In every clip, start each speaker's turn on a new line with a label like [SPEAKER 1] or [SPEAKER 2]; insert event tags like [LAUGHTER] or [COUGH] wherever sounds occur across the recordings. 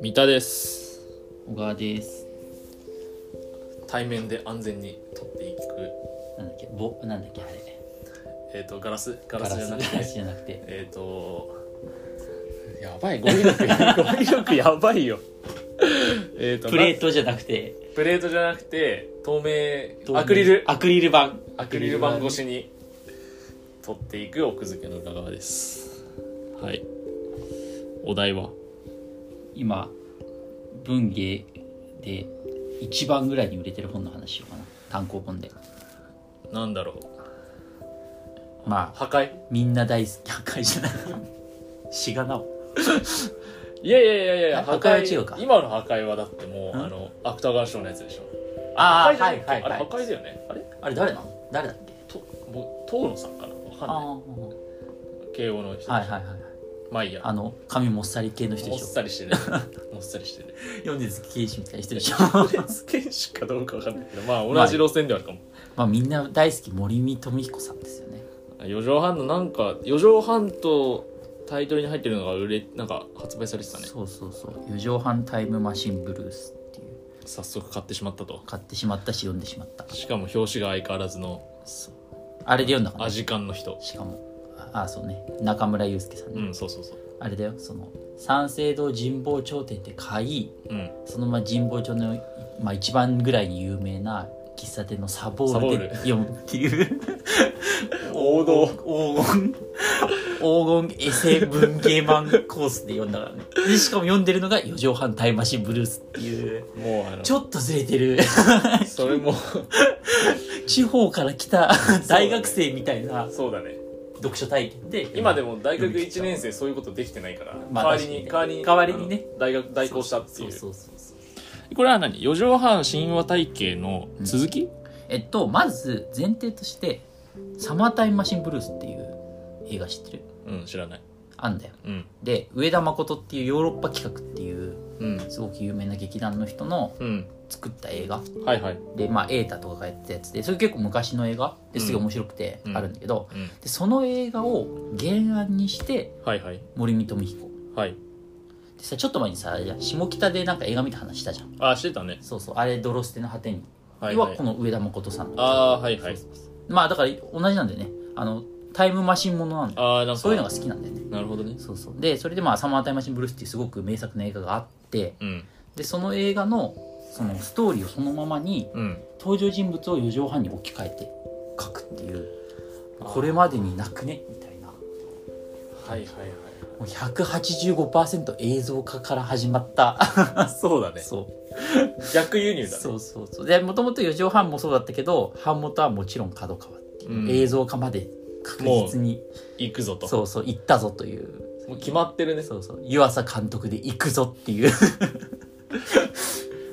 [SPEAKER 1] 三田です
[SPEAKER 2] 小川です。
[SPEAKER 1] 対面で安全に撮っていく
[SPEAKER 2] なんだっけ、ぼ、なんだっけ、あれ。
[SPEAKER 1] えっ、とガラスガラスじゃなく
[SPEAKER 2] ガラス
[SPEAKER 1] て
[SPEAKER 2] じゃなくて。
[SPEAKER 1] えっ、とやばい語彙力語彙力 [LAUGHS] やばいよえーと
[SPEAKER 2] プレートじゃなくて。
[SPEAKER 1] なプレートじゃなくて透明
[SPEAKER 2] 透明
[SPEAKER 1] アクリル
[SPEAKER 2] アクリル板。
[SPEAKER 1] アクリル板越しに撮っていく奥付けの裏側ですはいお題は
[SPEAKER 2] 今、文芸で一番ぐらいに売れてる本の話しようかな。単行本で。
[SPEAKER 1] なんだろう
[SPEAKER 2] まあ、
[SPEAKER 1] 破壊
[SPEAKER 2] みんな大好き。破壊じゃない。しがなお。
[SPEAKER 1] いやいやいやいや
[SPEAKER 2] あ破壊は違うか
[SPEAKER 1] 今の破壊はだってもう、
[SPEAKER 2] ん
[SPEAKER 1] あの芥川賞のやつでしょ
[SPEAKER 2] ああ、
[SPEAKER 1] 破
[SPEAKER 2] は
[SPEAKER 1] 壊
[SPEAKER 2] い
[SPEAKER 1] じゃな
[SPEAKER 2] は
[SPEAKER 1] っ
[SPEAKER 2] いい
[SPEAKER 1] け
[SPEAKER 2] は
[SPEAKER 1] あれ
[SPEAKER 2] い
[SPEAKER 1] 破。壊だよねあれ
[SPEAKER 2] あれ誰なの誰だっけ
[SPEAKER 1] ともう遠野さんかなわかん
[SPEAKER 2] ああ、
[SPEAKER 1] な
[SPEAKER 2] はい
[SPEAKER 1] 慶応の人
[SPEAKER 2] いはいはい。
[SPEAKER 1] まあいいや
[SPEAKER 2] あの、髪もっさり系の人
[SPEAKER 1] も
[SPEAKER 2] で
[SPEAKER 1] っ
[SPEAKER 2] しょ。
[SPEAKER 1] さり
[SPEAKER 2] [LAUGHS]
[SPEAKER 1] してるもっさりしてる
[SPEAKER 2] 米津玄師みたいな人でしょ。 [LAUGHS]
[SPEAKER 1] スケしかどうかわかんないけどまあ同じ路線ではあるかも、
[SPEAKER 2] まあみんな大好き森見富彦さんですよね。
[SPEAKER 1] 四畳半のなんか四畳半とタイトルに入ってるのが売れなんか発売されてたね
[SPEAKER 2] そうそうそう「四畳半タイムマシンブルース」っていう
[SPEAKER 1] 早速買ってしまったと
[SPEAKER 2] 買ってしまったし読んでしまった
[SPEAKER 1] しかも表紙が相変わらずの
[SPEAKER 2] あれで読んだから、
[SPEAKER 1] ア
[SPEAKER 2] ね、
[SPEAKER 1] ジカンの人
[SPEAKER 2] しかもああそうね中村祐介さん
[SPEAKER 1] う
[SPEAKER 2] ね、
[SPEAKER 1] んそうそうそう
[SPEAKER 2] あれだよその三省堂神保町店って買い
[SPEAKER 1] うん
[SPEAKER 2] そのまま神保町の、まあ、一番ぐらいに有名な喫茶店のサボールで
[SPEAKER 1] サ
[SPEAKER 2] 読むっていう
[SPEAKER 1] 王道
[SPEAKER 2] 黄金黄金エセ文芸版コースで読んだからねでしかも読んでるのが「四畳半タイムマシンブルース」っていう
[SPEAKER 1] もうあの
[SPEAKER 2] ちょっとずれてる
[SPEAKER 1] それも
[SPEAKER 2] 地方から来た大学生みたいな
[SPEAKER 1] [LAUGHS] そうだね
[SPEAKER 2] 読書体験で
[SPEAKER 1] 今でも大学1年生そういうことできてないから、
[SPEAKER 2] ま
[SPEAKER 1] 代わ
[SPEAKER 2] あ
[SPEAKER 1] りに
[SPEAKER 2] 確
[SPEAKER 1] 代わ
[SPEAKER 2] か
[SPEAKER 1] り
[SPEAKER 2] に
[SPEAKER 1] に
[SPEAKER 2] ね代わりにね
[SPEAKER 1] あの大学代行したっていう
[SPEAKER 2] そうそうそうそう
[SPEAKER 1] これは何四畳半神話体系の続き、
[SPEAKER 2] えっとまず前提として「サマータイムマシンブルース」っていう映画知ってる
[SPEAKER 1] うん、知らない
[SPEAKER 2] あんだよ
[SPEAKER 1] うん
[SPEAKER 2] で上田誠っていうヨーロッパ企画っていう
[SPEAKER 1] うん
[SPEAKER 2] すごく有名な劇団の人の
[SPEAKER 1] うん
[SPEAKER 2] 作った映画
[SPEAKER 1] はいはい
[SPEAKER 2] でまあ瑛太とかがやってたやつでそれ結構昔の映画ですごい面白くて
[SPEAKER 1] うん
[SPEAKER 2] あるんだけど、
[SPEAKER 1] うん
[SPEAKER 2] でその映画を原案にして
[SPEAKER 1] はいはい
[SPEAKER 2] 森見富彦
[SPEAKER 1] はい
[SPEAKER 2] でさちょっと前にさ下北でなんか映画見た話したじゃん
[SPEAKER 1] あしてたね
[SPEAKER 2] そうそうあれ「泥捨ての果てに」
[SPEAKER 1] は
[SPEAKER 2] はいこの上田誠さん
[SPEAKER 1] ああーはいはい
[SPEAKER 2] そうそうそうまあだから同じなんだよねあのタイムマシンものなんだよ
[SPEAKER 1] ああなんか
[SPEAKER 2] そういうのが好きなんだよね
[SPEAKER 1] なるほどね
[SPEAKER 2] そうそうでそれでまあ「サマータイムマシンブルース」っていうすごく名作の映画があって
[SPEAKER 1] うん
[SPEAKER 2] でその映画のそのストーリーをそのままに
[SPEAKER 1] うん
[SPEAKER 2] 登場人物を4畳半に置き換えて書くっていうこれまでになくねみたいなも
[SPEAKER 1] はいはいはいう
[SPEAKER 2] 185%映像化から始まった
[SPEAKER 1] あそうだね
[SPEAKER 2] そう
[SPEAKER 1] 逆輸入だね
[SPEAKER 2] そうそうそうでもともと4畳半もそうだったけど版元はもちろん角川っていう、
[SPEAKER 1] うん
[SPEAKER 2] 映像化まで確実に
[SPEAKER 1] 行くぞと
[SPEAKER 2] そうそう行ったぞという
[SPEAKER 1] もう決まってるね
[SPEAKER 2] そうそう湯浅監督で行くぞっていう [LAUGHS]
[SPEAKER 1] そ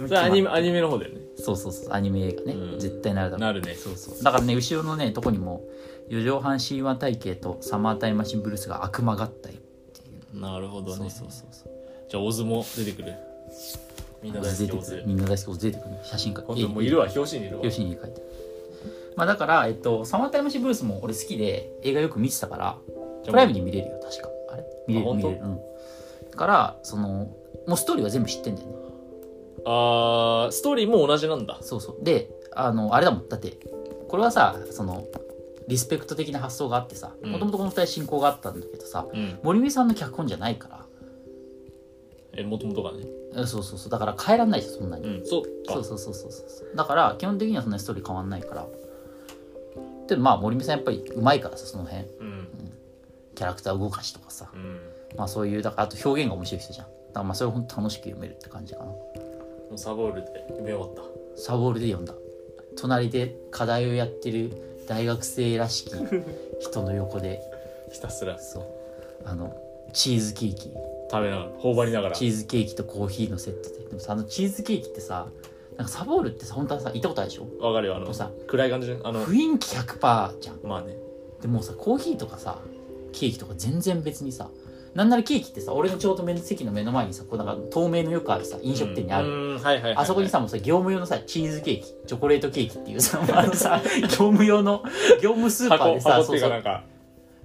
[SPEAKER 1] れアニメアニメの方だよね
[SPEAKER 2] そうそうそうアニメ映画ね、
[SPEAKER 1] うん
[SPEAKER 2] 絶対なるだろう
[SPEAKER 1] なるね
[SPEAKER 2] そうそうだからね後ろのねとこにも4畳半神話体系とサマータイムマシンブルースが悪魔合体っていう
[SPEAKER 1] なるほど
[SPEAKER 2] そ
[SPEAKER 1] ね
[SPEAKER 2] うそうそうそう
[SPEAKER 1] じゃあオズも出てくるみんな大好
[SPEAKER 2] 出
[SPEAKER 1] き
[SPEAKER 2] て
[SPEAKER 1] オ
[SPEAKER 2] くる
[SPEAKER 1] ズ
[SPEAKER 2] みんな大好き出てくるね写真から
[SPEAKER 1] 今度もういるわ表紙にいるわ
[SPEAKER 2] よしに書いてあるまあだから、えっと、サマータイムシブルースも俺好きで映画よく見てたからプライムに見れるよ確かあれ見れ
[SPEAKER 1] あ
[SPEAKER 2] る
[SPEAKER 1] 本
[SPEAKER 2] 見
[SPEAKER 1] 当
[SPEAKER 2] れる、うん、だからそのもうストーリーは全部知ってんだよね
[SPEAKER 1] あーストーリーも同じなんだ
[SPEAKER 2] そうそうであのあれだもんだってこれはさそのリスペクト的な発想があってさ
[SPEAKER 1] うん
[SPEAKER 2] もともとこの2人進行があったんだけどさ、
[SPEAKER 1] うん
[SPEAKER 2] 森美さんの脚本じゃないから
[SPEAKER 1] えもともとがね
[SPEAKER 2] うんそうそうそうだから変えらんないじゃんそんなに、
[SPEAKER 1] うんそうか
[SPEAKER 2] そうそうそうそうそうだから基本的にはそんなにストーリー変わんないからでもまあ森美さんやっぱりうまいからさその辺
[SPEAKER 1] うん
[SPEAKER 2] キャラクター動かしとかさ、
[SPEAKER 1] うん
[SPEAKER 2] まあそういうだからあと表現が面白い人じゃんだからまあそれを本当楽しく読めるって感じかな
[SPEAKER 1] もうサボールで埋め終わった
[SPEAKER 2] サボールで読んだ隣で課題をやってる大学生らしき人の横で
[SPEAKER 1] ひたすら食
[SPEAKER 2] そうあのチーズケーキ
[SPEAKER 1] べながら頬張りながら
[SPEAKER 2] チーズケーキとコーヒーのセットででもさあのチーズケーキってさなんかサボールってさ本当はさ行ったことあるでしょ
[SPEAKER 1] わかるよあの
[SPEAKER 2] こうさ
[SPEAKER 1] 暗い感じであの
[SPEAKER 2] 雰囲気100%じゃん
[SPEAKER 1] まあね
[SPEAKER 2] でもうさコーヒーとかさケーキとか全然別にさなんならケーキってさ俺のちょうど目の席の目の前にさこうなんか透明のよくあるさ飲食店にある、
[SPEAKER 1] うんうんはいはいはいはい
[SPEAKER 2] あそこにさ、もうさ、業務用のさ、チーズケーキ、チョコレ
[SPEAKER 1] [LAUGHS]
[SPEAKER 2] ートケーキっていうさ、あのさ、業務用の、業務スーパー
[SPEAKER 1] 箱
[SPEAKER 2] で
[SPEAKER 1] 箱
[SPEAKER 2] さ、
[SPEAKER 1] って
[SPEAKER 2] そう
[SPEAKER 1] いうか
[SPEAKER 2] そ
[SPEAKER 1] なん
[SPEAKER 2] う、
[SPEAKER 1] か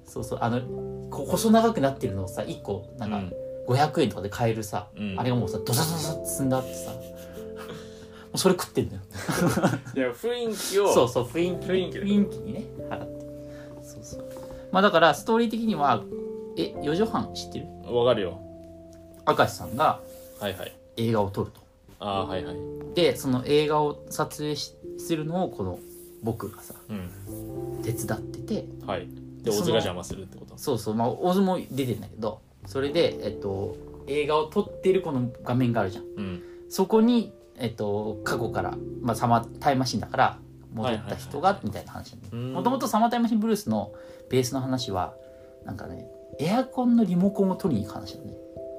[SPEAKER 2] そうそうあのこう細長くなってるのをさ1個なんか500円とかで買えるさ、
[SPEAKER 1] うん
[SPEAKER 2] あれがもうさドサドサって積んだっ
[SPEAKER 1] [LAUGHS]
[SPEAKER 2] てさもうそれ食ってんだよ
[SPEAKER 1] いや雰囲気を
[SPEAKER 2] そうそう雰囲気
[SPEAKER 1] 雰囲気で
[SPEAKER 2] 雰囲気にね払ってそうそうまあだからストーリー的にはえ四畳半知ってる
[SPEAKER 1] わかるよ
[SPEAKER 2] 明石さんが
[SPEAKER 1] はいはい
[SPEAKER 2] 映画を撮ると
[SPEAKER 1] あーはいはいうん
[SPEAKER 2] でその映画を撮影しするのをこの僕がさ手伝ってて
[SPEAKER 1] はいで
[SPEAKER 2] その
[SPEAKER 1] 大津が邪魔するってこと
[SPEAKER 2] そうそうまあ大相撲出てんだけどそれでえっと映画を撮ってるこの画面があるじゃん
[SPEAKER 1] うん
[SPEAKER 2] そこにえっと過去から、まあ、サマタイムマシンだから戻った
[SPEAKER 1] は
[SPEAKER 2] 人
[SPEAKER 1] い
[SPEAKER 2] が
[SPEAKER 1] はいはいはい
[SPEAKER 2] みたいな話なんだよ
[SPEAKER 1] うん
[SPEAKER 2] もともとサマータイムマシンブルースのベースの話はなんかねエアコンのリモコンを取りに行く話だね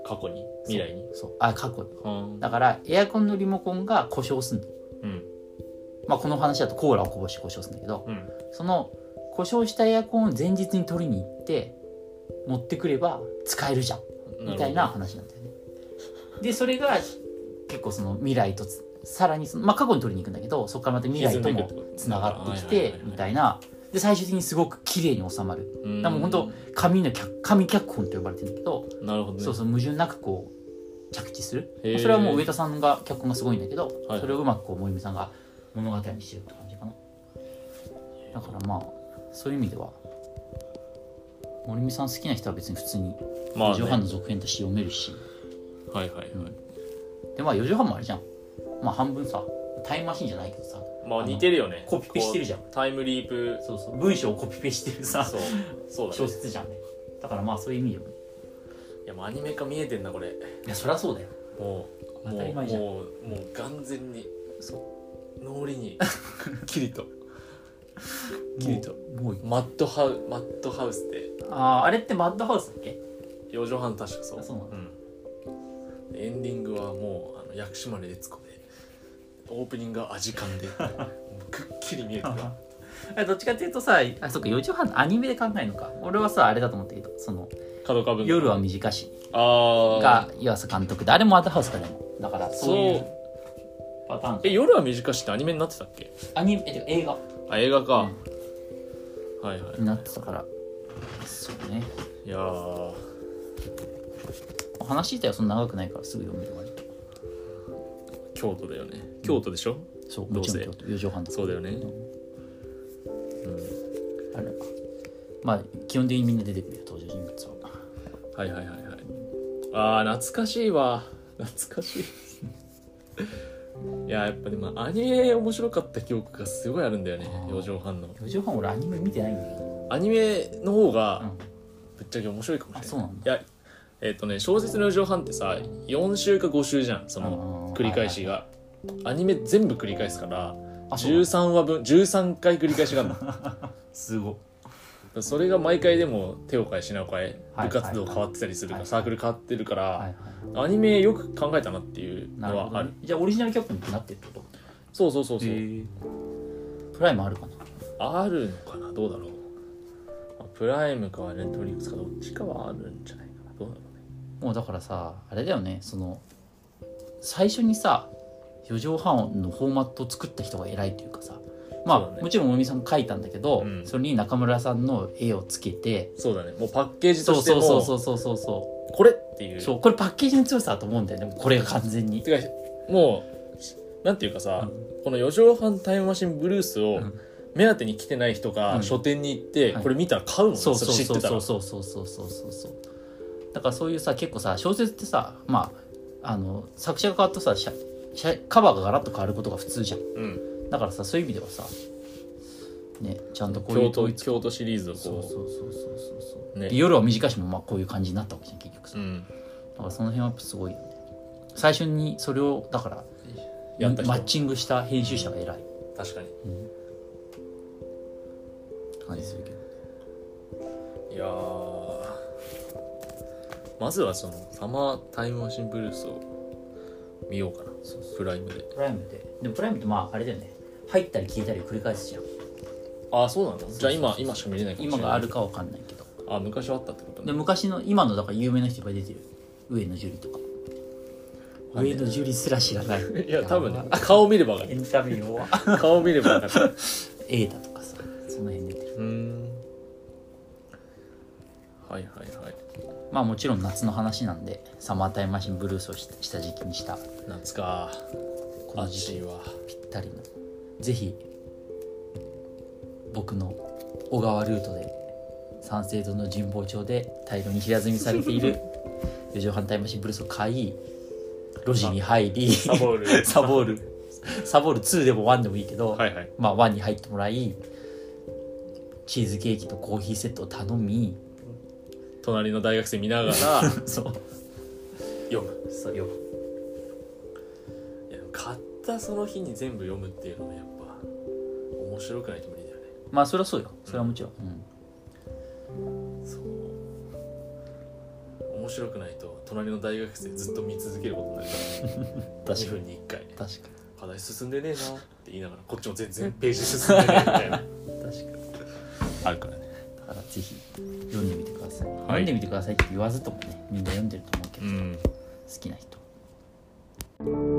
[SPEAKER 1] 過去に未来に
[SPEAKER 2] そうあ過去に
[SPEAKER 1] うん
[SPEAKER 2] だからエアコンのリモコンが故障すんの
[SPEAKER 1] うん
[SPEAKER 2] まあこの話だとコーラをこぼして故障するんだけど
[SPEAKER 1] うん
[SPEAKER 2] その故障したエアコンを前日に取りに行って持ってくれば使えるじゃんみたいな話なんだよね。でそれが結構その未来とつさらにその、まあ、過去に取りに行くんだけどそこからまた未来ともつながってきてみた
[SPEAKER 1] い
[SPEAKER 2] いなで最終的にすごく綺麗に収まる
[SPEAKER 1] な
[SPEAKER 2] だからもう本当紙の脚紙脚本と呼ばれてるんだけど、
[SPEAKER 1] 当なるほどね
[SPEAKER 2] そうそう矛盾なくこう着地する
[SPEAKER 1] へー
[SPEAKER 2] それはもう上田さんが脚本がすごいんだけど、
[SPEAKER 1] はい
[SPEAKER 2] それをうまくこう森美さんが物語にしてるって感じかなだからまあそういう意味では森美さん好きな人は別に普通に
[SPEAKER 1] ま
[SPEAKER 2] 4
[SPEAKER 1] あね
[SPEAKER 2] 畳半の続編として読めるし、
[SPEAKER 1] はいはいはい
[SPEAKER 2] でまあ4畳半もあれじゃんまあ半分さタイムマシンじゃないけどさ
[SPEAKER 1] まあ似てるよね
[SPEAKER 2] コピペしてるじゃん
[SPEAKER 1] こうタイムリープ
[SPEAKER 2] そうそう文章をコピペしてるさ [LAUGHS]
[SPEAKER 1] そうそうだ
[SPEAKER 2] 小
[SPEAKER 1] ね
[SPEAKER 2] 説じゃんねだからまあそういう意味よ
[SPEAKER 1] いやもうアニメ化見えてんなこれ
[SPEAKER 2] いやそりゃそうだよ
[SPEAKER 1] もう
[SPEAKER 2] 当た
[SPEAKER 1] も
[SPEAKER 2] り
[SPEAKER 1] う
[SPEAKER 2] 前じゃん
[SPEAKER 1] もうもう完全に
[SPEAKER 2] そ
[SPEAKER 1] 脳裏
[SPEAKER 2] [LAUGHS]
[SPEAKER 1] にくっきりと
[SPEAKER 2] う
[SPEAKER 1] きりと
[SPEAKER 2] もうもう
[SPEAKER 1] マッドハウマッドハウスって
[SPEAKER 2] あああれってマッドハウスだっけ
[SPEAKER 1] 四畳半確かそう
[SPEAKER 2] あそうなんだ
[SPEAKER 1] うんエンディングはもうあの薬師丸悦子でオープニングはアジカン
[SPEAKER 2] [LAUGHS]
[SPEAKER 1] でもうくっきり見えてた
[SPEAKER 2] あどっちかっていうとさあそっか4時半のアニメで考えるのか俺はさあれだと思ったけどその
[SPEAKER 1] 角川文庫
[SPEAKER 2] 夜は短し
[SPEAKER 1] ああ
[SPEAKER 2] が湯浅監督であれもマッドハウスかでもだからそういうパターン
[SPEAKER 1] え夜は短しってアニメになってたっけ
[SPEAKER 2] アニメえてか映画
[SPEAKER 1] あ映画か、はいはい
[SPEAKER 2] になってたからそうね
[SPEAKER 1] いやー
[SPEAKER 2] 話自体はそんな長くないからすぐ読める割と
[SPEAKER 1] 京都だよね京都でしょ、
[SPEAKER 2] そう
[SPEAKER 1] ど
[SPEAKER 2] も
[SPEAKER 1] う
[SPEAKER 2] ち
[SPEAKER 1] せ
[SPEAKER 2] ろん4畳半だ
[SPEAKER 1] そうだよね
[SPEAKER 2] あれかまあ基本的にみんな出てくるよ登場人物は
[SPEAKER 1] はいはいはいはいあー懐かしいわ懐かしいいややっぱでもアニメ面白かった記憶がすごいあるんだよね
[SPEAKER 2] あー
[SPEAKER 1] 四畳半の
[SPEAKER 2] 4畳半俺アニメ見てないんだけど、
[SPEAKER 1] アニメの方
[SPEAKER 2] う
[SPEAKER 1] が
[SPEAKER 2] ん、
[SPEAKER 1] ぶっちゃけ面白いかもしれない、
[SPEAKER 2] あそうなん
[SPEAKER 1] いやえっ、とね小説の四畳半ってさ4週か5週じゃんその
[SPEAKER 2] あー
[SPEAKER 1] 繰り返しが、アニメ全部繰り返すから
[SPEAKER 2] あそうなんだ
[SPEAKER 1] 13話分13回繰り返しがあるの
[SPEAKER 2] すごい
[SPEAKER 1] [LAUGHS] それが毎回でも手を変え品を変え
[SPEAKER 2] はい
[SPEAKER 1] 部活動変わってたりするか
[SPEAKER 2] は
[SPEAKER 1] ら
[SPEAKER 2] い
[SPEAKER 1] サークル変わってるか
[SPEAKER 2] はいは
[SPEAKER 1] ら
[SPEAKER 2] い
[SPEAKER 1] アニメよく考えたなっていう
[SPEAKER 2] な
[SPEAKER 1] の
[SPEAKER 2] る
[SPEAKER 1] は
[SPEAKER 2] ほ
[SPEAKER 1] あ
[SPEAKER 2] ど
[SPEAKER 1] る
[SPEAKER 2] ねじゃあオリジナルキャプテンってなってるってこ
[SPEAKER 1] そうそうそう
[SPEAKER 2] と
[SPEAKER 1] そう
[SPEAKER 2] プライムあるかな
[SPEAKER 1] あるのかなどうだろうまあプライムかネットフリックスかどっちかはあるんじゃないかなどうだろうね
[SPEAKER 2] もうだからさあれだよねその最初にさ4畳半のフォーマットを作った人が偉いというかさま
[SPEAKER 1] そう
[SPEAKER 2] あ、
[SPEAKER 1] だね
[SPEAKER 2] もちろんもみさんも書いたんだけど、
[SPEAKER 1] うん
[SPEAKER 2] それに中村さんの絵をつけて
[SPEAKER 1] そうだねもうパッケージと
[SPEAKER 2] そう
[SPEAKER 1] して
[SPEAKER 2] そうそうそ
[SPEAKER 1] も
[SPEAKER 2] うそうそうそう
[SPEAKER 1] これっていう
[SPEAKER 2] そうこれパッケージの強さだと思うんだよねこれが完全に
[SPEAKER 1] てかもうなんていうかさ、この「四畳半タイムマシンブルース」を
[SPEAKER 2] うん
[SPEAKER 1] 目当てに来てない人
[SPEAKER 2] う
[SPEAKER 1] が
[SPEAKER 2] ん
[SPEAKER 1] 書店に行って、
[SPEAKER 2] はい
[SPEAKER 1] これ見たら買うもんね、
[SPEAKER 2] そう
[SPEAKER 1] そ
[SPEAKER 2] そう
[SPEAKER 1] れ知っ
[SPEAKER 2] そう
[SPEAKER 1] てた
[SPEAKER 2] そう
[SPEAKER 1] ら
[SPEAKER 2] そうそうそうそうそうそうだからそういうさ結構さ小説ってさまああの作者が変わったさしゃしゃカバーがガラッと変わることが普通じゃん
[SPEAKER 1] うん
[SPEAKER 2] だからさそういう意味ではさねちゃんとこういう
[SPEAKER 1] 京都
[SPEAKER 2] 統一
[SPEAKER 1] 京都シリーズをこう
[SPEAKER 2] そうそうそうそうそうそう、
[SPEAKER 1] ね
[SPEAKER 2] で夜は短しもまあこういう感じになったわけじゃん結局さ、
[SPEAKER 1] う
[SPEAKER 2] だ
[SPEAKER 1] ん、
[SPEAKER 2] からその辺はやっぱすごいよね最初にそれをだから
[SPEAKER 1] やった人
[SPEAKER 2] マッチングした編集者が偉い
[SPEAKER 1] 確かに
[SPEAKER 2] 感じするけど
[SPEAKER 1] いやーまずはそのサマータイムマシンブルースを見ようかなプライムで
[SPEAKER 2] プライムってでもプライムってまああれだよね入ったり消えたり繰り返すじゃん
[SPEAKER 1] ああそうなんだじゃあ今今しか見れないかもし
[SPEAKER 2] 今
[SPEAKER 1] れない
[SPEAKER 2] があるかわかんないけど
[SPEAKER 1] あ昔はあったってこと
[SPEAKER 2] で
[SPEAKER 1] ね
[SPEAKER 2] 昔の今のだから有名な人いっぱい出てる上野樹里とか
[SPEAKER 1] はい
[SPEAKER 2] 上野樹里すら知ら [LAUGHS] ない
[SPEAKER 1] いや多分ね顔見ればわか
[SPEAKER 2] エ
[SPEAKER 1] る
[SPEAKER 2] ンタメ用 [LAUGHS] は
[SPEAKER 1] 顔見ればわかる
[SPEAKER 2] 瑛太とかさその辺出てる
[SPEAKER 1] うーんはいはいはい
[SPEAKER 2] まあもちろん夏の話なんでサマータイムマシンブルースをしした時期にした
[SPEAKER 1] 夏か
[SPEAKER 2] この時
[SPEAKER 1] 暑
[SPEAKER 2] 期
[SPEAKER 1] いわ
[SPEAKER 2] ぴったりのぜひ僕の小川ルートで三省堂の神保町で大量に平積みされている [LAUGHS] 四畳半タイムマシンブルースを買い路地に入り
[SPEAKER 1] サボール
[SPEAKER 2] サボールサボール2でも1でもいいけど、
[SPEAKER 1] はいはい
[SPEAKER 2] まあ、1に入ってもらいチーズケーキとコーヒーセットを頼み
[SPEAKER 1] 隣の大学生見 [LAUGHS] ながら
[SPEAKER 2] そう
[SPEAKER 1] 読む
[SPEAKER 2] そうよ
[SPEAKER 1] いやでも買ったその日に全部読むっていうのはやっぱ面白くないと無理だよね
[SPEAKER 2] まあそれはそうよそれはもちろん、うん
[SPEAKER 1] そう面白くないと隣の大学生ずっと見続けることになるから
[SPEAKER 2] 確
[SPEAKER 1] 2
[SPEAKER 2] かに
[SPEAKER 1] 分に1回
[SPEAKER 2] 確か
[SPEAKER 1] 課題進んでねえなって言いながらこっちも全然ページ進んでねえみたいな
[SPEAKER 2] に確かに
[SPEAKER 1] [LAUGHS] あるからね
[SPEAKER 2] だからぜひ読んでみてください、
[SPEAKER 1] い
[SPEAKER 2] 読んでみてくださいって言わずともねみんな読んでると思うけ
[SPEAKER 1] う
[SPEAKER 2] ど、好
[SPEAKER 1] ん
[SPEAKER 2] きな人